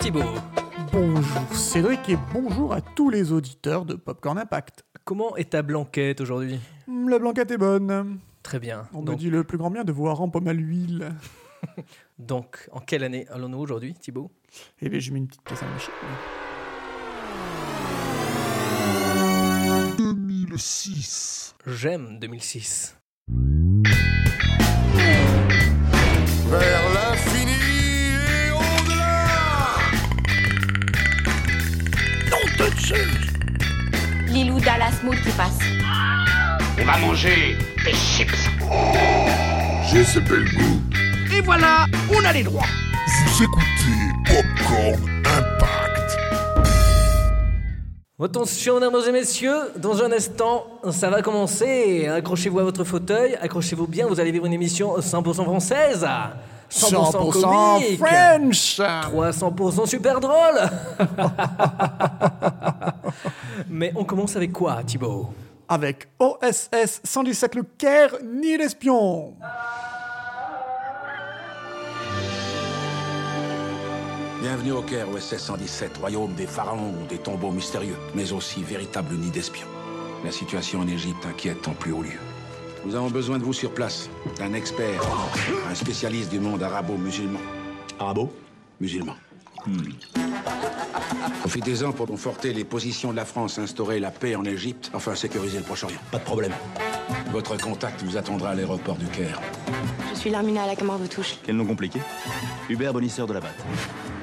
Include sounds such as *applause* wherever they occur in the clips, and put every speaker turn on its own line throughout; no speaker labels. Thibault.
Bonjour Cédric et bonjour à tous les auditeurs de Popcorn Impact.
Comment est ta blanquette aujourd'hui
Hmm, La blanquette est bonne.
Très bien.
On me
donc,
dit le plus grand bien de voir en pomme à l'huile.
donc, en quelle année allons-nous aujourd'hui, Thibaut
Eh bien, j'ai mis une petite pièce à ma chaîne.
2006.
J'aime 2006.
Vers l'infini et au-delà
Lilou Dallas Mood qui passe.
On va manger des chips.
J'ai ce bel goût.
Et voilà, on a les droits.
Vous écoutez Popcorn Impact.
Attention, mesdames et messieurs, dans un instant, ça va commencer. Accrochez-vous à votre fauteuil, accrochez-vous bien, vous allez vivre une émission 100% française. 100%, comique.
French
300% super drôle Mais on commence avec quoi, Thibaut
Avec OSS 117 le Caire ni l'espion.
Bienvenue au Caire, OSS 117, royaume des pharaons ou des tombeaux mystérieux, mais aussi véritable nid d'espions. La situation en Égypte inquiète en plus haut lieu. Nous avons besoin de vous sur place, d'un expert, un spécialiste du monde arabo-musulman. Arabo Hmm. Musulman. Profitez-en pour conforter les positions de la France, instaurer la paix en Égypte, enfin sécuriser le Proche-Orient. Pas de problème. Votre contact vous attendra à l'aéroport du Caire.
Je suis Larmina à la camargue aux touches.
Quel nom compliqué Hubert Bonisseur de la Batte.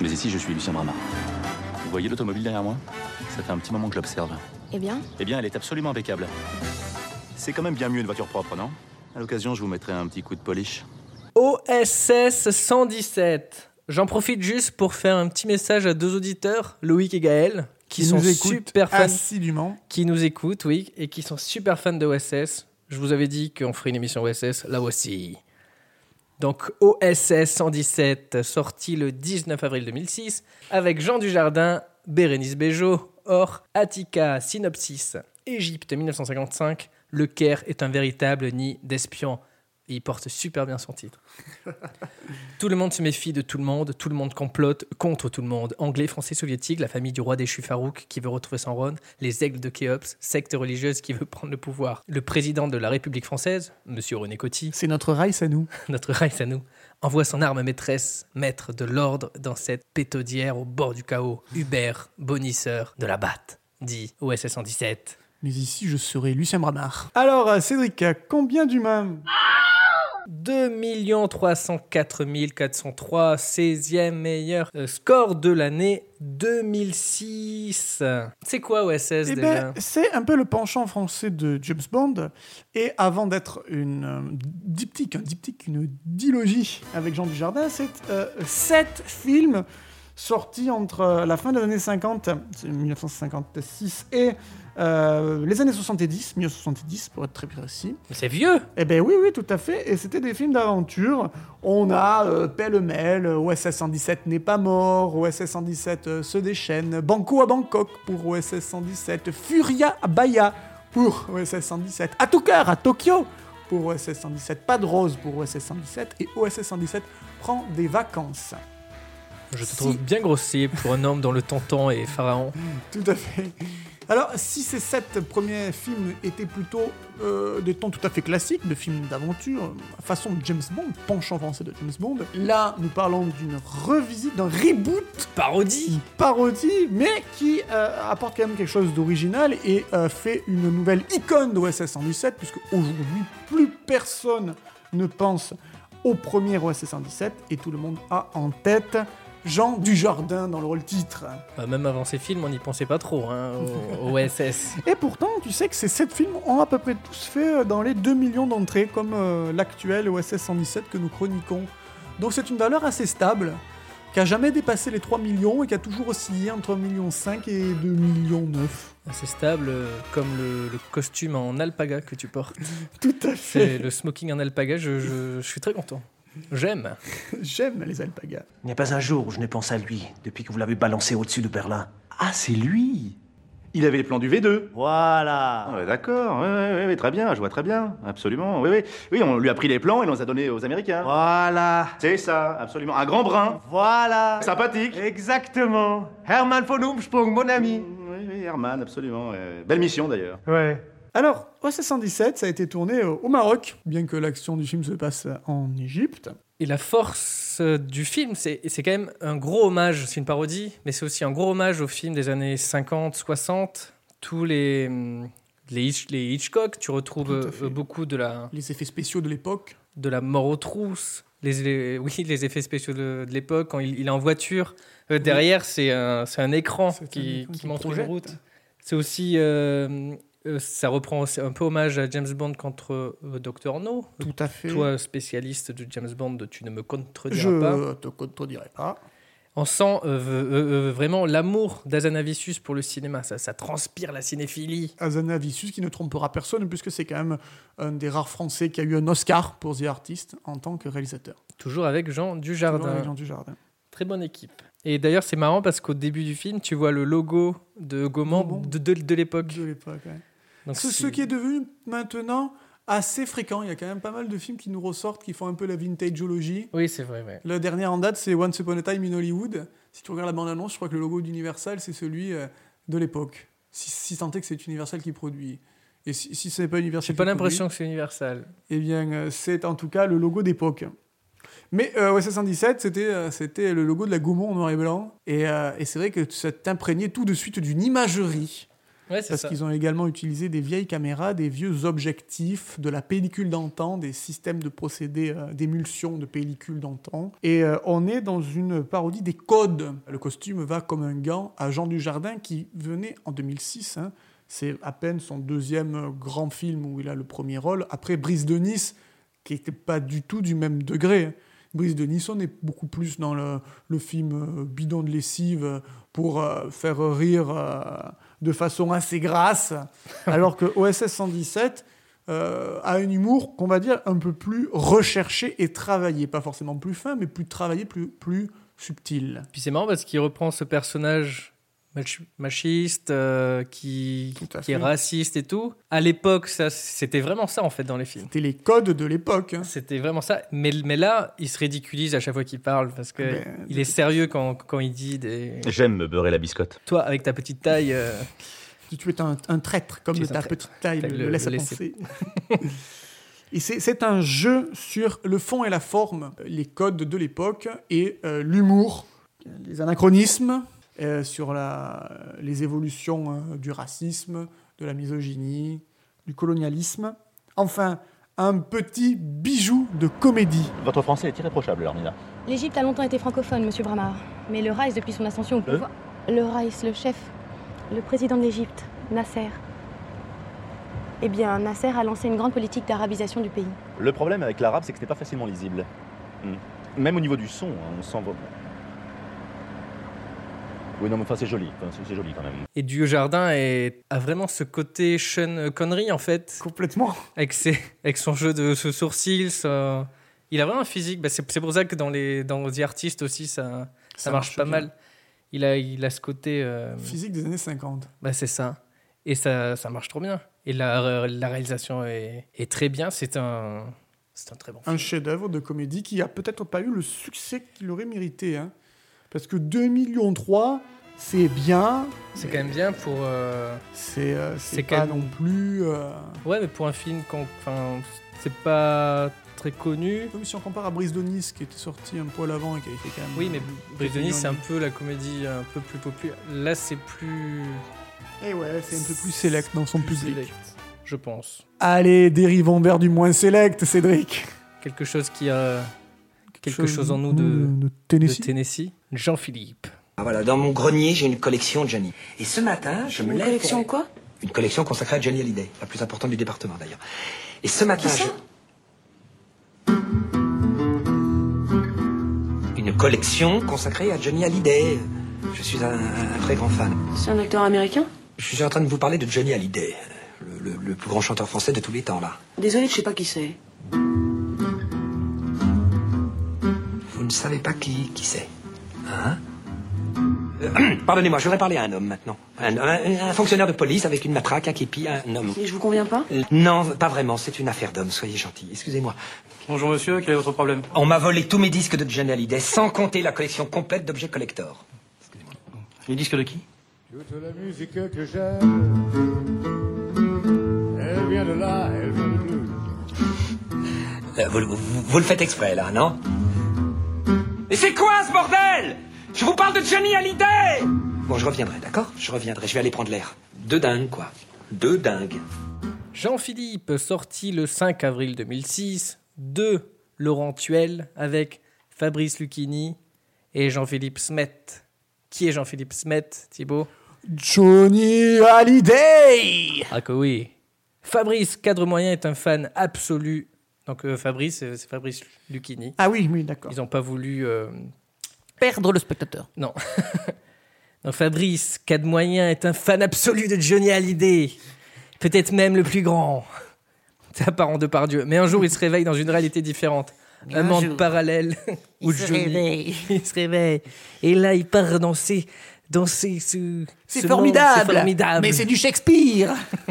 Mais ici, je suis Lucien Brama. Vous voyez l'automobile derrière moi Ça fait un petit moment que je l'observe.
Eh bien,
Eh bien, elle est absolument impeccable. C'est quand même bien mieux une voiture propre, non À l'occasion, je vous mettrai un petit coup de polish.
OSS 117. J'en profite juste pour faire un petit message à deux auditeurs, Loïc et Gaël, qui, sont
nous écoute
super fans,
assidûment.
qui nous écoutent, oui, et qui sont super fans de OSS. Je vous avais dit qu'on ferait une émission OSS, là aussi. Donc OSS 117, sorti le 19 avril 2006, avec Jean Dujardin, Bérénice Bejo, Or, Attica, Synopsis, Égypte 1955, Le Caire est un véritable nid d'espions. Et il porte super bien son titre. tout le monde se méfie de tout le monde, tout le monde complote contre tout le monde. Anglais, français, soviétique, la famille du roi déchu Farouk qui veut retrouver son Rhône, les aigles de Khéops, secte religieuse qui veut prendre le pouvoir. Le président de la République française, monsieur René Coty,
C'est notre race à nous.
notre Reis à nous, envoie son arme maîtresse, maître de l'ordre, dans cette pétaudière au bord du chaos. Hubert, bonisseur de la batte, dit OSS 117.
Mais ici, je serai Lucien Bramard. Alors, euh, Cédric, euh, combien d'humains
2 304 403, 16e meilleur euh, score de l'année 2006. C'est quoi OSS déjà
Eh ben, c'est un peu le penchant français de James Bond. Et avant d'être une euh, diptyque, un diptyque, une dilogie avec Jean Dujardin, c'est euh, sept films sortis entre euh, la fin des années 50, c'est 1956, et euh, les années 70, 1970 pour être très précis.
C'est vieux
Eh ben oui, oui, tout à fait. Et c'était des films d'aventure. On a euh, pêle-mêle, euh, OSS 117 n'est pas mort, OSS 117 euh, se déchaîne, Banco à Bangkok pour OSS 117, Furia à Bahia pour OSS 117, Atukar à Tokyo pour OSS 117, Pas de rose pour OSS 117 et OSS 117 prend des vacances.
Je te
Si.
trouve bien grossier pour un homme dont le tonton est pharaon.
Tout à fait. Alors, si ces sept premiers films étaient plutôt euh, des tons tout à fait classiques, de films d'aventure, façon James Bond, penchant français de James Bond, là, nous parlons d'une revisite, d'un reboot,
Parodie
une parodie, mais qui euh, apporte quand même quelque chose d'original et euh, fait une nouvelle icône d'OSS 117, puisque aujourd'hui, plus personne ne pense au premier OSS 117 et tout le monde a en tête Jean Dujardin dans le rôle titre.
Bah, Même avant ces films, on n'y pensait pas trop, hein, au- au OSS.
Et pourtant, tu sais que ces 7 films ont à peu près tous fait euh, dans les 2 millions d'entrées, comme euh, l'actuel OSS 117 que nous chroniquons. Donc c'est une valeur assez stable, qui a jamais dépassé les 3 millions et qui a toujours oscillé entre 1,5 million et 2 millions 9.
Assez stable, euh, comme le, le costume en alpaga que tu
*laughs*
portes.
*laughs* Tout à
C'est
fait.
le smoking en alpaga, je- je- je suis très content. J'aime.
*laughs* J'aime les alpagas.
Il n'y a pas un jour où je n'ai pensé à lui depuis que vous l'avez balancé au-dessus de Berlin.
Ah, c'est lui Il avait les plans du V2. Ah,
Voilà.
ouais, D'accord, oui, oui, oui, très bien, je vois très bien, absolument. Oui, oui, oui, on lui a pris les plans et on les a donnés aux Américains.
Voilà.
C'est ça, absolument. Un grand brin,
Voilà.
sympathique.
Exactement. Hermann von Umsprung, mon ami.
Mm, Oui, oui, Herman, absolument. ouais. Belle mission d'ailleurs.
Ouais.
Alors, OSS 117, ça a été tourné euh, au Maroc, bien que l'action du film se passe en Égypte.
Et la force euh, du film, c'est c'est quand même un gros hommage, c'est une parodie, mais c'est aussi un gros hommage aux films des années 50, 60. Tous les, hum, les, Hitch- les Hitchcock, tu retrouves
Tout à
euh,
fait.
beaucoup de la,
Les effets spéciaux de l'époque.
de la mort aux trousses, les, les- oui, les effets spéciaux de, de l'époque, quand il, il est en voiture. Euh, derrière, c'est un, c'est un écran
C'est un
qui,
écran
qui
qui
montre
projette.
une route. C'est aussi. euh, euh, ça reprend aussi un peu hommage à James Bond contre euh, Dr. No.
Tout à fait.
Toi, spécialiste de James Bond, tu ne me contrediras pas.
euh, je te contredirai pas.
On sent euh, v- euh, euh, vraiment l'amour d'Azanavicius pour le cinéma. Ça, ça transpire la cinéphilie.
Azanavicius qui ne trompera personne, puisque c'est quand même un des rares Français qui a eu un Oscar pour The Artist en tant que réalisateur.
Toujours avec Jean
Toujours
Dujardin.
avec Jean Dujardin.
Très bonne équipe. Et d'ailleurs, c'est marrant parce qu'au début du film, tu vois le logo de Gaumont
Gaumont.
de, de- de l'époque.
De l'époque, ouais.
Donc,
Ce,
si-
ce qui est devenu maintenant assez fréquent. Il y a quand même pas mal de films qui nous ressortent, qui font un peu la vintageologie.
Oui, c'est vrai. ouais.
La dernière en date, c'est Once Upon a Time in Hollywood. Si tu regardes la bande-annonce, je crois que le logo d'Universal, c'est celui euh, de l'époque. Si, si tant est que c'est Universal qui produit. Et si, si ce n'est pas Universal
J'ai pas l'impression que c'est universel.
Eh bien, euh, c'est en tout cas le logo d'époque. Mais euh, OSS 117, c'était euh, c'était le logo de la Gaumont en noir et blanc. Et, euh, et c'est vrai que ça t'imprégnait tout de suite d'une imagerie.
Ouais, c'est
Parce
ça.
qu'ils ont également utilisé des vieilles caméras, des vieux objectifs, de la pellicule d'antan, des systèmes de procédés euh, d'émulsion de pellicule d'antan. Et euh, on est dans une parodie des codes. Le costume va comme un gant à Jean Dujardin qui venait en 2006. hein. C'est à peine son deuxième euh, grand film où il a le premier rôle. Après Brise de Nice, qui n'était pas du tout du même degré. Brise de Nice, on est beaucoup plus dans le, le film euh, bidon de lessive euh, pour euh, faire rire euh, de façon assez grasse, alors que OSS 117 euh, a un humour qu'on va dire un peu plus recherché et travaillé, pas forcément plus fin, mais plus travaillé, plus, plus subtil.
Puis c'est marrant parce qu'il reprend ce personnage mach- machiste, euh, qui,
Tout à
qui est
fait.
raciste et tout. À l'époque, ça, c'était vraiment ça en fait dans les films.
C'était les codes de l'époque. hein.
C'était vraiment ça. Mais, mais là, il se ridiculise à chaque fois qu'il parle parce que
Ben,
il est sérieux quand, quand il dit des...
J'aime me beurrer la biscotte.
Toi, avec ta petite taille, euh,
Tu- Tu es un, un traître, comme
Tu es un
ta
traître.
petite taille
Taille
le,
le-
le laisse
le
à
laisser.
penser. *laughs* et c'est c'est un jeu sur le fond et la forme, les codes de l'époque et euh, l'humour, les anachronismes, euh, sur la, les évolutions euh, du racisme, de la misogynie, du colonialisme. Enfin, un petit bijou de comédie.
Votre français est irréprochable, Lormina.
L'Égypte a longtemps été francophone, monsieur Bramar. Mais le Raïs, depuis son ascension au pouvoir. Eh Le Raïs, le chef, le président de l'Égypte, Nasser. Eh bien, Nasser a lancé une grande politique d'arabisation du pays.
Le problème avec l'arabe, c'est que ce n'est pas facilement lisible. Hmm. Même au niveau du son, hein, on sent... Oui, non, mais enfin, c'est joli. Enfin, c'est- c'est joli quand même.
et Dujardin est, a vraiment ce côté Sean Connery en fait,
Complètement.
avec, ses, avec son jeu de ce sourcil. son- Il a vraiment un physique. Bah, c'est c'est pour ça que dans, les, dans The Artist aussi, ça, ça, marche, pas
bien.
mal. Il a, il a ce côté. euh,
Physique des années 50.
Bah, c'est ça. Et ça, ça marche trop bien. Et la, la réalisation est, est très bien. C'est un, c'est un très bon
un
film.
chef-d'œuvre de comédie qui a peut-être pas eu le succès qu'il aurait mérité. hein. Parce que 2,3 millions, c'est bien.
C'est
mais
quand même bien pour. euh,
C'est euh, c'est
c'est quand
pas
même-
non plus. euh,
Ouais, mais pour un film, qu'on- enfin, c'est pas très connu.
Comme si on compare à Brise de Nice qui était sorti un poil avant et qui avait fait quand même.
Oui, mais Brise de Nice, c'est un
millions.
peu la comédie un peu plus populaire. Là, c'est plus.
Et Eh ouais, c'est un peu plus select dans son
plus
public.
select, je pense.
Allez, dérivons vers du moins select, Cédric.
Quelque chose qui a quelque chose, en nous de,
de
de
Tennessee.
Tennessee. Jean-Philippe.
Ah, voilà, dans mon grenier, j'ai une collection de Johnny. Et ce matin, je me
Ah, Une
lève
collection
pour-
quoi
Une collection consacrée à Johnny Hallyday, la plus importante du département d'ailleurs. Et ce matin,
ça
je... Une collection consacrée à Johnny Hallyday. Je suis un, un très grand fan.
C'est un acteur américain
Je suis en train de vous parler de Johnny Hallyday, le, le- le plus grand chanteur français de tous les temps, là.
Désolé, je sais pas qui c'est.
Vous ne savez pas qui, qui c'est Hein *clears throat* Pardonnez-moi, je voudrais parler à un homme maintenant. Un, un- un fonctionnaire de police avec une matraque, un képi, un homme.
Et je vous conviens pas
Euh, Non, pas vraiment, c'est une affaire d'homme, soyez gentil, excusez-moi.
Bonjour monsieur, quel est votre problème
On m'a volé tous mes disques de Johnny Hallyday, sans compter la collection complète d'objets collector.
Les disques de qui
Toute la musique que j'aime, elle vient de là, elle vient de nous.
Euh, vous, vous- vous le faites exprès, là, non Mais c'est quoi ce bordel Je vous parle de Johnny Hallyday Bon, je reviendrai, d'accord Je reviendrai, je vais aller prendre l'air. Deux dingues, quoi. Deux dingues.
Jean-Philippe, sorti le 5 avril 2006, de Laurent Tuel avec Fabrice Lucchini et Jean-Philippe Smet. Qui est Jean-Philippe Smet, Thibaut
Johnny Hallyday
Ah que oui. Fabrice, cadre moyen, est un fan absolu. Donc euh, Fabrice, euh, c'est Fabrice Lucchini.
Ah oui, oui, d'accord.
Ils n'ont pas voulu... euh,
Perdre le spectateur.
Non. *laughs* Donc Fabrice, cadre moyen, est un fan absolu de Johnny Hallyday. Peut-être même le plus grand. *laughs* Ça part en deux par Dieu. Mais un jour, il se réveille dans une réalité différente. Un
Un
monde
jour.
parallèle. *laughs*
Il
où
se
Johnny-
réveille.
*laughs* Il se réveille. Et là, il part dans ses... Dans ses ce-
C'est
ce monde,
formidable,
c'est formidable.
Mais c'est du
Shakespeare *laughs*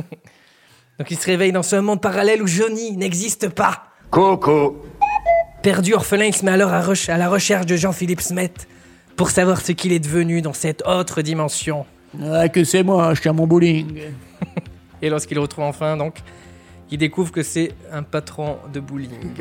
Donc il se réveille dans ce monde parallèle où Johnny n'existe pas. Coco Perdu orphelin, il se met alors à, re- à la recherche de Jean-Philippe Smet pour savoir ce qu'il est devenu dans cette autre dimension.
Ah, que c'est moi, je tiens mon bowling.
Et lorsqu'il le retrouve enfin, donc, il découvre que c'est un patron de *laughs* bowling.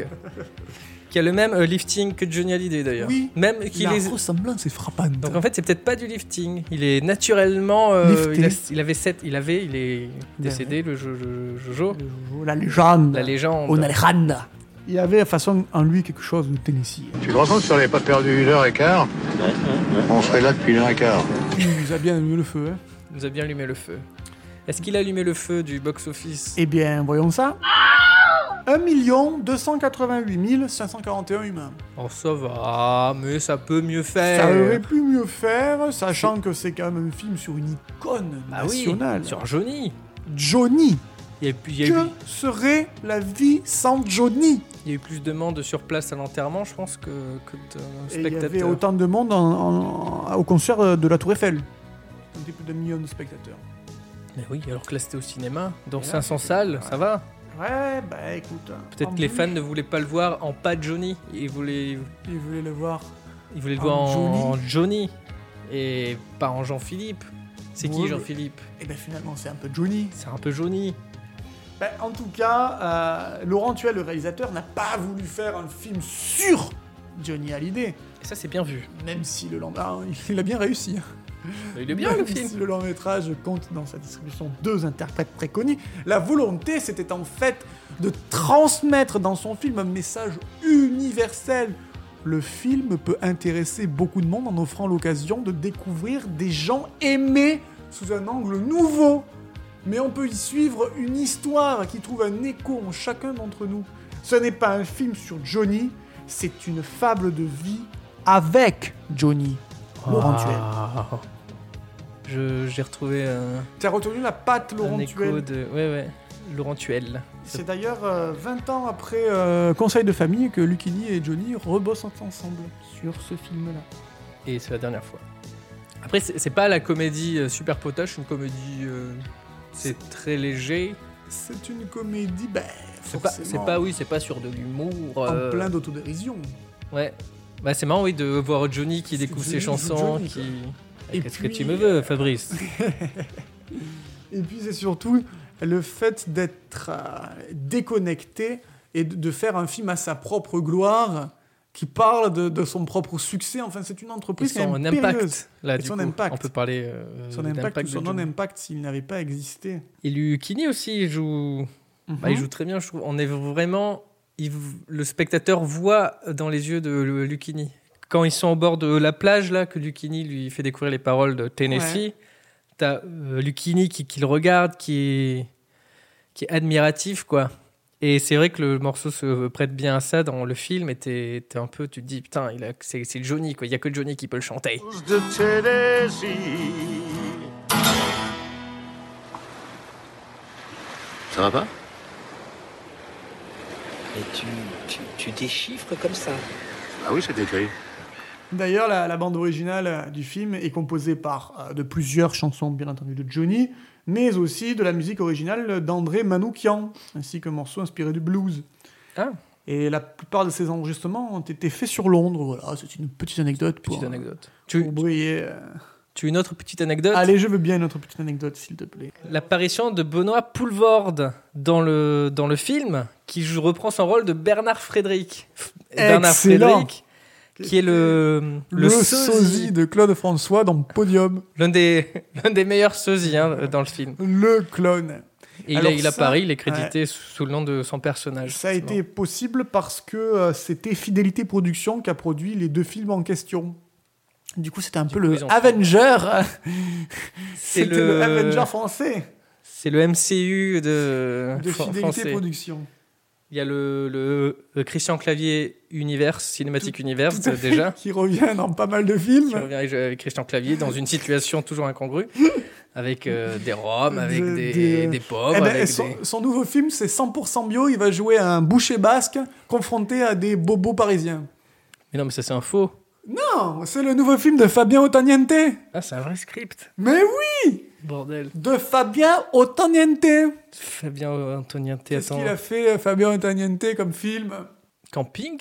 qui a le même euh, lifting que Johnny Hallyday d'ailleurs.
Oui.
Même qu'il
La
est-
ressemblance est frappante.
Donc en fait, c'est peut-être pas du lifting. Il est naturellement. euh, il, a-
Lifté.
il avait 7. Il avait. Il est décédé, le, jo- jo- Jojo.
Euh, La légende.
La légende.
On a légende. Il y avait de toute façon en lui quelque chose de Tennessee.
Tu te rends compte si on n'avait pas perdu une heure et quart On serait là depuis une heure et quart.
Il nous a bien mis le feu. hein.
Il nous a bien allumé le feu. Est-ce qu'il a allumé le feu du box-office
Eh bien, voyons ça. 1 288 541 humains.
Oh, ça va, mais ça peut mieux faire.
Ça aurait pu mieux faire, sachant que c'est quand même un film sur une icône
Bah oui,
nationale.
sur Johnny.
Johnny.
Et puis, il y, a eu,
Que serait la vie sans Johnny
il y a eu plus de monde sur place à l'enterrement, je pense, que, que de
Et Il y
spectateurs.
avait autant de monde en- en- au concert de la Tour Eiffel. Un petit peu de millions de spectateurs.
Mais oui, alors que là, c'était au cinéma, dans
Et là,
500 salles, ça va.
Ouais, bah écoute.
Peut-être que les fans ne voulaient pas le voir en pas Johnny. Ils voulaient,
Ils voulaient le voir.
ils voulaient le
En
voir en Johnny. Et pas en Jean-Philippe. C'est qui
Ouais,
Jean-Philippe
Et ben finalement, c'est un peu Johnny.
C'est un peu Johnny.
Ben, en tout cas, euh, Laurent Tuel, le réalisateur, n'a pas voulu faire un film sur Johnny Hallyday.
Et ça, c'est bien vu.
Même si le long... ah, *laughs* il a bien réussi.
Il est bien le
Même
film.
si *laughs* le long métrage compte dans sa distribution deux interprètes très connus, la volonté c'était en fait de transmettre dans son film un message universel. Le film peut intéresser beaucoup de monde en offrant l'occasion de découvrir des gens aimés sous un angle nouveau. Mais on peut y suivre une histoire qui trouve un écho en chacun d'entre nous. Ce n'est pas un film sur Johnny, c'est une fable de vie avec Johnny. Laurent
Ah.
Tuel.
Wow. Je- J'ai retrouvé un,
T'as retenu la patte Laurent
un écho
Tuel.
de. Ouais, ouais. Laurent Tuel.
C'est d'ailleurs euh, 20 ans après euh, Conseil de famille que Lucini et Johnny rebossent ensemble sur ce film-là.
Et c'est la dernière fois. Après, c'est c'est pas la comédie euh, super potache, une comédie. euh, c'est très léger.
C'est une comédie, ben,
C'est pas, c'est
forcément,
pas, oui, c'est pas sur de l'humour.
en
euh,
plein d'autodérision.
Ouais. Bah, c'est marrant, oui, de voir Johnny qui découvre ses
Johnny joue
chansons.
Johnny,
qui...
Et
Qu'est-ce que
puis,
tu me veux,
*laughs*
Fabrice
Et puis c'est surtout le fait d'être euh, déconnecté et de, de faire un film à sa propre gloire qui parle de, de son propre succès. Enfin, c'est une
Et
entreprise qui
son
est périlleuse.
impact, là,
Et
du
son
coup,
impact.
On peut parler euh,
Son
d'impact
impact ou
de
son
Johnny.
non-impact s'il n'avait pas existé. Mhm.
Et Lucchini aussi, il joue. bah, il
Hein
joue très bien, je trouve. On est vraiment. il- Le spectateur voit dans les yeux de le- Lucchini. Quand ils sont au bord de la plage, là, que Lucchini lui fait découvrir les paroles de Tennessee, t'as euh, Lucchini qui, qui le regarde, qui est, qui est admiratif, quoi. Et c'est vrai que le morceau se prête bien à ça dans le film. Et t'es t'es un peu, tu te dis, putain, il a- c'est c'est Johnny, quoi. Il y a que Johnny qui peut le chanter.
De Tennessee.
Ça va pas
Et tu, tu, tu déchiffres comme ça.
Ah oui, c'est écrit.
D'ailleurs, la, la bande originale euh, du film est composée par euh, de plusieurs chansons, bien entendu, de Johnny, mais aussi de la musique originale d'André Manoukian, ainsi que morceaux inspirés du blues. Et la plupart de ces enregistrements ont été faits sur Londres. Voilà, c'est une petite anecdote pour,
Petite anecdote.
tu, pour briller. euh.
Tu veux une autre petite anecdote
Allez, je veux bien une autre petite anecdote, s'il te plaît.
L'apparition de Benoît Poulvorde dans le, dans le film, qui jou- reprend son rôle de Bernard Frédéric. F- Bernard
Excellent.
Frédéric, qui est le,
Le, sosie. de Claude François dans Podium,
L'un des, *laughs* l'un des meilleurs sosies hein, dans le film.
le clone.
Et il, a-
Alors
il
ça-
apparaît, il est
ouais.
crédité sous sous le nom de son personnage.
Ça a été
effectivement.
possible parce que euh, c'était Fidélité Productions qui a produit les deux films en question. Du coup, c'était un peu
coup,
le
ils ont fait-
Avenger. *laughs* c'était le...
le-
Avenger français
C'est le MCU de,
de
fran-
Fidélité
français.
Productions.
Il y a le, le- le Christian Clavier Universe, Cinématique Universe
Tout à fait,
déjà.
Qui revient dans pas mal de films.
qui revient avec, euh, avec Christian Clavier dans une situation toujours incongrue, avec euh, des roms, avec
De-
des,
des-
des pauvres,
Eh ben,
avec
son,
des-
son nouveau film, c'est 100% bio. Il va jouer un boucher basque confronté à des bobos parisiens.
Mais non, mais ça c'est un faux.
Non, c'est le nouveau film de Fabien Otaniente.
Ah, c'est un vrai script.
Mais oui
Bordel.
De Fabien Otaniente.
Fabien Antoniente,
Qu'est-ce
attends.
qu'il a fait, euh, Fabien Otaniente, comme film
Camping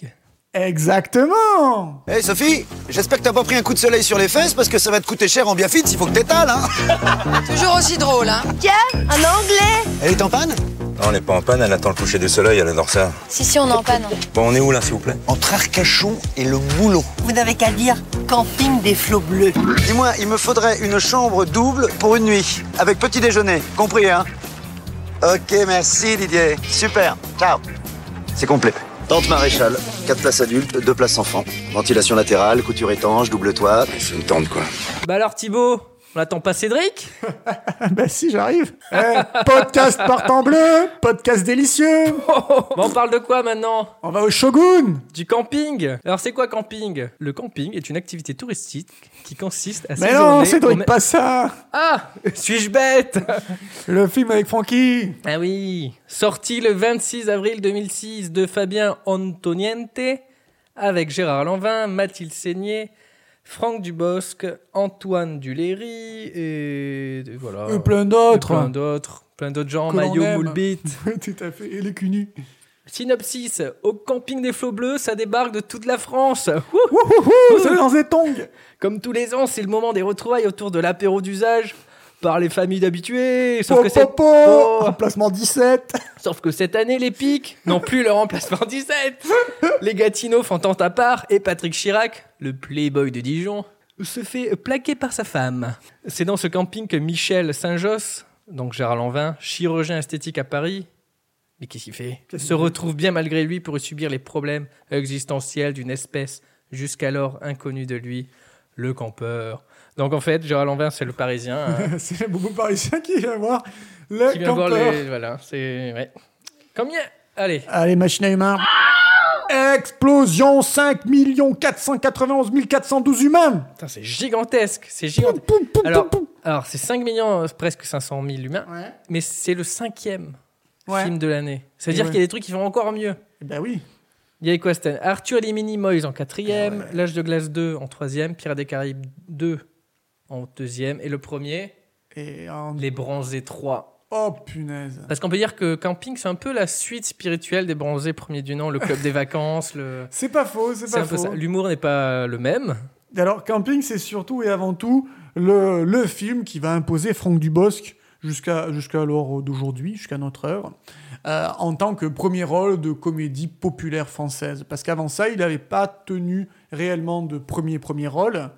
Exactement
Hey Eh, Sophie, j'espère que t'as pas pris un coup de soleil sur les fesses parce que ça va te coûter cher en biafit s'il faut que t'étales, hein
Toujours aussi drôle, hein Tiens, un anglais
Elle est en panne
Non, on n'est pas en panne, elle attend le coucher du soleil, elle adore ça.
Si, si, on en panne.
Bon, on est où là, s'il vous plaît
Entre Arcachon et le Moulot.
Vous n'avez qu'à dire camping des flots bleus.
Dis-moi, il me faudrait une chambre double pour une nuit, avec petit déjeuner, compris, hein Ok, merci Didier. Super, ciao. C'est complet. Tente maréchale, 4 places adultes, 2 places enfants. Ventilation latérale, couture étanche, double toit. C'est une tente quoi.
Bah alors Thibaut, on attend pas
*laughs*
Cédric
Bah si, j'arrive. Eh, podcast par temps bleu, podcast délicieux.
Bah, On parle de quoi maintenant
On va au Shogun
Du camping Alors c'est quoi camping Le camping est une activité touristique qui consiste à
Mais
séjourner
non,
au
Cédric,
ma-
pas ça
Ah Suis-je bête
Le film avec Francky
Ah oui, sorti le 26 avril 2006 de Fabien Antoniente avec Gérard Lanvin, Mathilde Seigné, Franck Dubosc, Antoine Duléry et, et voilà.
Et plein d'autres.
Euh,
hein.
Et Plein d'autres, plein d'autres gens,
Que l'on
Maillot,
aime.
Moulbit.
*laughs* Oui, tout à fait. Et les cunus.
Synopsis, au camping des flots bleus, ça débarque de toute la France. Wouh
Wouhou, salut Oh, dans ces tongs
Comme tous les ans, c'est le moment des retrouvailles autour de l'apéro d'usage par les familles d'habitués. Sauf que cette...
Popopo
Oh.
Emplacement 17
Sauf que cette année, les pics n'ont plus leur emplacement 17. Les Gatineaux font tant à part et Patrick Chirac, le playboy de Dijon, se fait plaquer par sa femme. C'est dans ce camping que Michel Saint-Josse, donc Gérard Lanvin, chirurgien esthétique à Paris, mais qu'est-ce qu'il fait Se retrouve bien malgré lui pour y subir les problèmes existentiels d'une espèce jusqu'alors inconnue de lui, le campeur. Donc en fait, Gérard Lanvin, c'est le parisien. *laughs* hein,
*laughs* C'est le beaucoup parisien qui vient voir le
qui vient voir
campeur.
les. Voilà, c'est. Ouais. Combien Allez.
Allez, machine à humains. Explosion 5 491 412 humains
Putain, c'est gigantesque, c'est gigantesque. Alors, alors c'est 5 millions, euh, presque 500 000 humains, mais c'est le cinquième
Ouais.
film de l'année. C'est-à-dire
Ouais.
qu'il y a des trucs qui vont encore mieux.
Bah oui.
Il y avait quoi cette année Arthur et les Minimoys en quatrième,
Ah
L'âge de glace 2 en troisième, Pirates des Caraïbes 2 en deuxième, et le premier,
Et en-
Les Bah, Bronzés 3.
Oh punaise.
Parce qu'on peut dire que Camping, c'est un peu la suite spirituelle des Bronzés, premier du nom, le club
*laughs*
des vacances, le...
C'est pas faux, c'est
C'est
pas
un peu
faux.
ça. L'humour n'est pas le même.
Alors, Camping, c'est surtout et avant tout le, le film qui va imposer Franck Dubosc jusqu'à jusqu'à l'heure d'aujourd'hui, jusqu'à notre heure, euh, en tant que premier rôle de comédie populaire française. Parce qu'avant ça, il n'avait pas tenu réellement de premier premier rôle.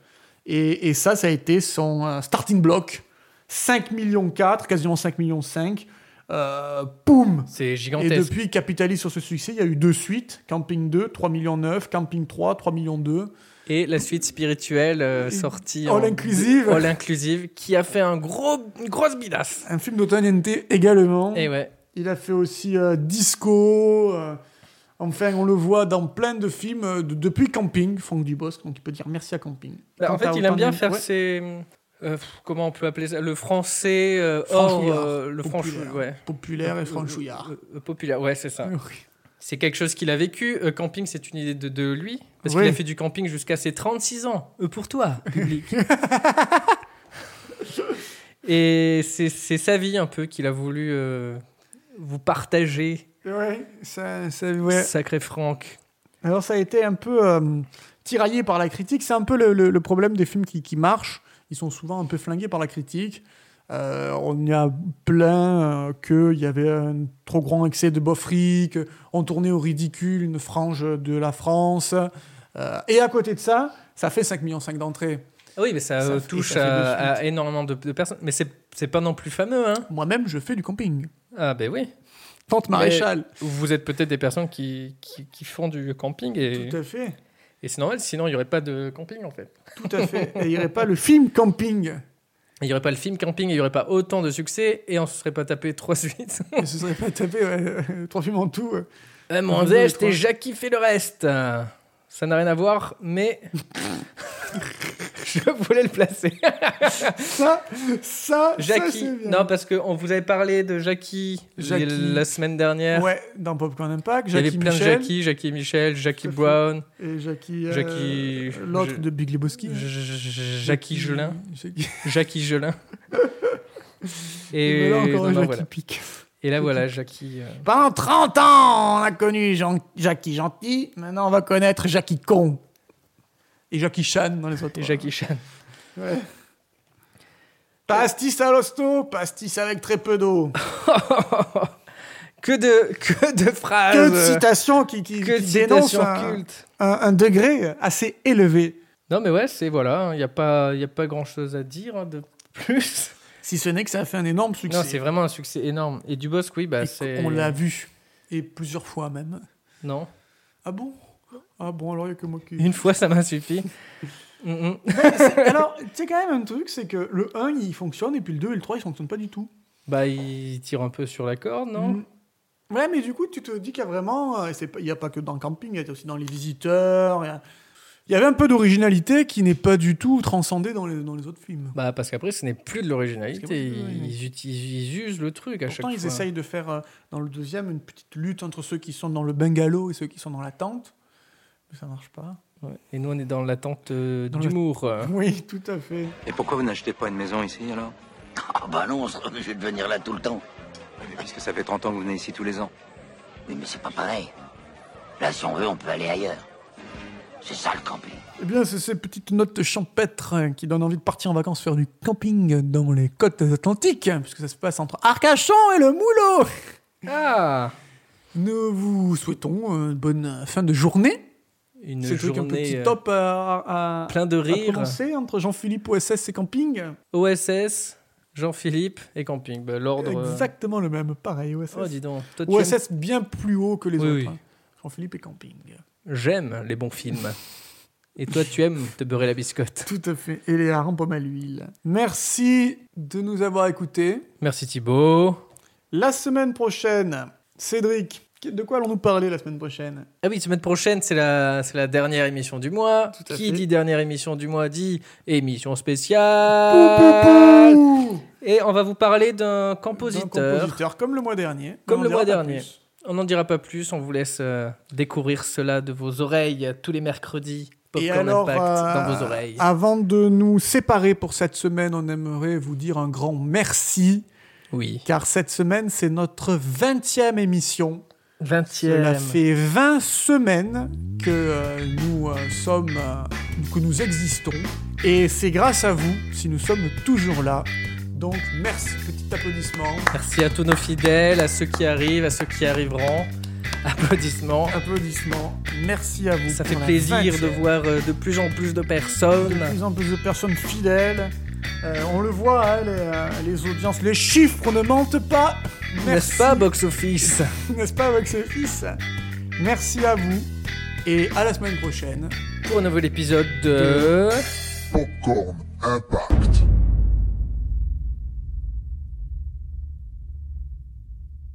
Et, et ça, ça a été son euh, starting block. 5 millions 4, quasiment 5 millions 5. Euh, poum
C'est
et
gigantesque.
depuis, il capitalise sur ce succès. Il y a eu deux suites, Camping 2, 3 millions 9, Camping 3, 3 millions 2.
Et la suite spirituelle euh, sortie
All
en-
inclusive.
All inclusive, qui a fait un gros, une grosse bidasse.
Un film d'Otaniente également.
Et Eh ouais.
Il a fait aussi euh, Disco. euh, enfin, on le voit dans plein de films euh, de- depuis Camping, Franck Dubosc. Donc, il peut dire merci à Camping.
Bah,
Quant
en fait,
à
il aime bien
Otaniente-
faire
ouais.
ses. euh, pff, comment on peut appeler ça Le français euh, hors.
Franchouillard.
euh, le
Populaire.
franchou- ouais.
Populaire et
Euh,
franchouillard. Mm.
euh, euh, populaire, ouais, c'est ça. C'est quelque chose qu'il a vécu. Euh, camping, c'est une idée de, de lui. Parce
Oui.
qu'il a fait du camping jusqu'à ses 36 ans. Euh, pour toi,
*laughs*
public. Et c'est c'est sa vie un peu qu'il a voulu euh, vous partager.
Ouais, ça, ça- ouais.
Sacré Franck.
Alors ça a été un peu euh, tiraillé par la critique. C'est un peu le, le- le problème des films qui, qui marchent. Ils sont souvent un peu flingués par la critique. Euh, on y a plein qu'il y avait un trop grand excès de bofric, on tournait au ridicule une frange de la France. Euh, et à côté de ça, ça fait 5,5 millions d'entrées.
Ah oui, mais ça,
Ça
euh,
fait-
touche
ça fait
à,
de suite.
à énormément de, de personnes. Mais c'est c'est pas non plus fameux. Hein.
Moi-même, je fais du camping.
Ah ben oui.
Tante Maréchal.
Mais vous êtes peut-être des personnes qui, qui, qui font du camping. Et,
Tout à fait.
Et c'est normal, sinon il n'y aurait pas de camping en fait.
Tout à fait. Et il n'y aurait pas le film Camping.
Il n'y aurait pas le film Camping, il n'y aurait pas autant de succès et on ne se serait pas tapé trois *laughs* suites.
Et ce serait pas tapé ouais, euh, trois films en tout. ouais.
Ah, mon
Un, deux,
zèle,
trois.
c'était Jackie fait le reste. Ça n'a rien à voir, mais *laughs* je voulais le placer.
ça, ça,
Jackie.
c'est bien.
non, parce qu'on vous avait parlé de Jackie,
Jackie.
la semaine dernière.
Ouais, dans Popcorn Impact,
Il y avait
Jackie
plein
Michel
de Jackie, Jackie Michel, Jackie Brown,
et Jackie. euh,
Jackie-
L'autre
je-
de Big Lebowski.
J- J- J- Jackie Gelin.
Jackie-
Jackie
*laughs*
Gelin.
Et
Et,
*laughs*
bah
là, encore un Jackie
voilà.
Pique.
Et là, voilà, Jackie. euh,
Pendant 30 ans, on a connu Jean- Jackie Gentil. Maintenant, on va connaître Jackie Con. Et Jackie Chan dans les autres.
Et Jackie Chan.
Ouais. Pastis à l'hosto, pastis avec très peu d'eau.
Que de, que de phrases. euh,
Que de citations hein. qui, qui,
Ah, bah. Que de
qui dénoncent
citations
un,
cultes.
un- un degré assez élevé.
Non, mais ouais, c'est voilà, il n'y a pas, y a pas grand chose à dire hein, de plus.
Si ce n'est que ça a fait un énorme succès.
Non, c'est vraiment un succès énorme. Et Dubosc, oui, bah c'est.
On l'a vu. Et plusieurs fois même.
Non.
Ah bon Ah bon, alors il n'y a que moi qui.
Une fois, ça m'a suffi. Mm, mm.
Ben, c'est- alors, tu sais, quand même un truc, c'est que le 1, il fonctionne, et puis le 2 et le 3, ils fonctionnent pas du tout.
bah, il tire un peu sur la corde, non
Mm. Ouais, mais du coup, tu te dis qu'il y a vraiment. euh, c'est pas- Il n'y a pas que dans le camping, il y a aussi dans les visiteurs. Il y a- il y avait un peu d'originalité qui n'est pas du tout transcendée dans les, dans les autres films.
Bah, parce qu'après, ce n'est plus de
Parce
l'originalité.
que-
Ils, utilisent- ils usent le truc à
Pourtant,
chaque
ils
fois.
essayent de faire euh, dans le deuxième une petite lutte entre ceux qui sont dans le bungalow et ceux qui sont dans la tente. Mais ça marche pas.
Ouais. Et nous, on est dans l'attente euh,
Dans
d'humour.
*laughs*
euh.
Oui, tout à fait.
Et pourquoi vous n'achetez pas une maison ici alors
Ah bah non, on sera obligé de venir là tout le temps.
Puisque ça fait 30 ans que vous venez ici tous les ans.
Oui, mais c'est pas pareil. Là, si on veut, on peut aller ailleurs. C'est ça le camping.
Eh bien, c'est ces petites notes champêtres euh, qui donnent envie de partir en vacances faire du camping dans les côtes atlantiques, hein, puisque ça se passe entre Arcachon et le Moulot.
Ah
Nous vous souhaitons euh, une bonne euh, fin de journée.
Une
C'est le truc un
journée,
petit
euh,
top à, à-
plein de
à
rires.
prononcer entre Jean-Philippe OSS et camping.
OSS, Jean-Philippe et Camping. Bah, L'ordre. euh,
Exactement le même, pareil OSS.
Oh, dis donc. Toi, tu
OSS bien plus haut que les
Oui,
autres.
oui.
hein. Jean-Philippe et camping.
J'aime les bons films. Et toi, tu aimes te beurrer la biscotte.
Tout à fait. Et les harengs pommes à l'huile. Merci de nous avoir écoutés.
Merci Thibaut.
La semaine prochaine, Cédric, de quoi allons-nous parler la semaine prochaine
Ah oui, semaine prochaine, c'est la, c'est la dernière émission du mois.
à
Qui
fait.
dit dernière émission du mois dit émission spéciale. Et on va vous parler d'un
D'un
Euh, compositeur,
compositeur, comme le mois dernier.
comme
On
le
dira
mois
pas
dernier.
plus.
On n'en dira pas plus, on vous laisse euh, découvrir cela de vos oreilles euh, tous les mercredis.
Et
Popcorn
alors,
Impact dans
euh,
vos oreilles.
avant de nous séparer pour cette semaine, on aimerait vous dire un grand merci.
Oui.
Car cette semaine, c'est notre 20e émission.
20e.
Cela fait 20 semaines que euh, nous euh, sommes, euh, que nous existons. Et c'est grâce à vous si nous sommes toujours là. Donc, merci. Petit applaudissement.
Merci à tous nos fidèles, à ceux qui arrivent, à ceux qui arriveront. Applaudissements.
Applaudissements. Merci à vous.
Ça
pour
fait
la
plaisir de
20e.
voir euh, de plus en plus de personnes.
De plus en plus de personnes fidèles. Euh, on le voit, hein, les, euh, les audiences, les chiffres ne mentent pas.
N'est-ce
Merci.
pas, Box Office
N'est-ce pas, avec ses fils Merci à vous et à la semaine prochaine.
Pour un nouvel épisode de...
Popcorn Impact.